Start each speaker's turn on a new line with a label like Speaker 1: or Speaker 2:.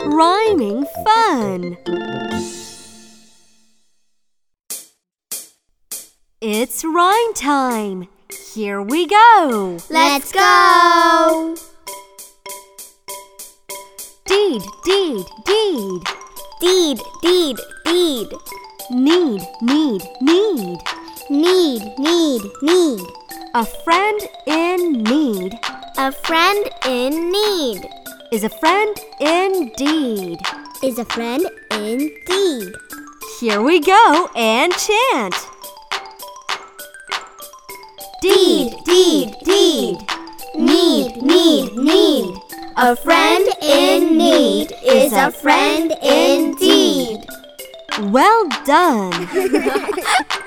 Speaker 1: Rhyming fun. It's rhyme time. Here we go.
Speaker 2: Let's go.
Speaker 1: Deed, deed, deed.
Speaker 2: Deed, deed, deed.
Speaker 1: Need, need, need.
Speaker 2: Need, need, need.
Speaker 1: A friend in need
Speaker 2: A friend in need
Speaker 1: is a friend indeed.
Speaker 2: is a friend indeed.
Speaker 1: Here we go and chant. Deed, deed, deed.
Speaker 2: Need, need, need. A friend in need is a friend indeed.
Speaker 1: Well done.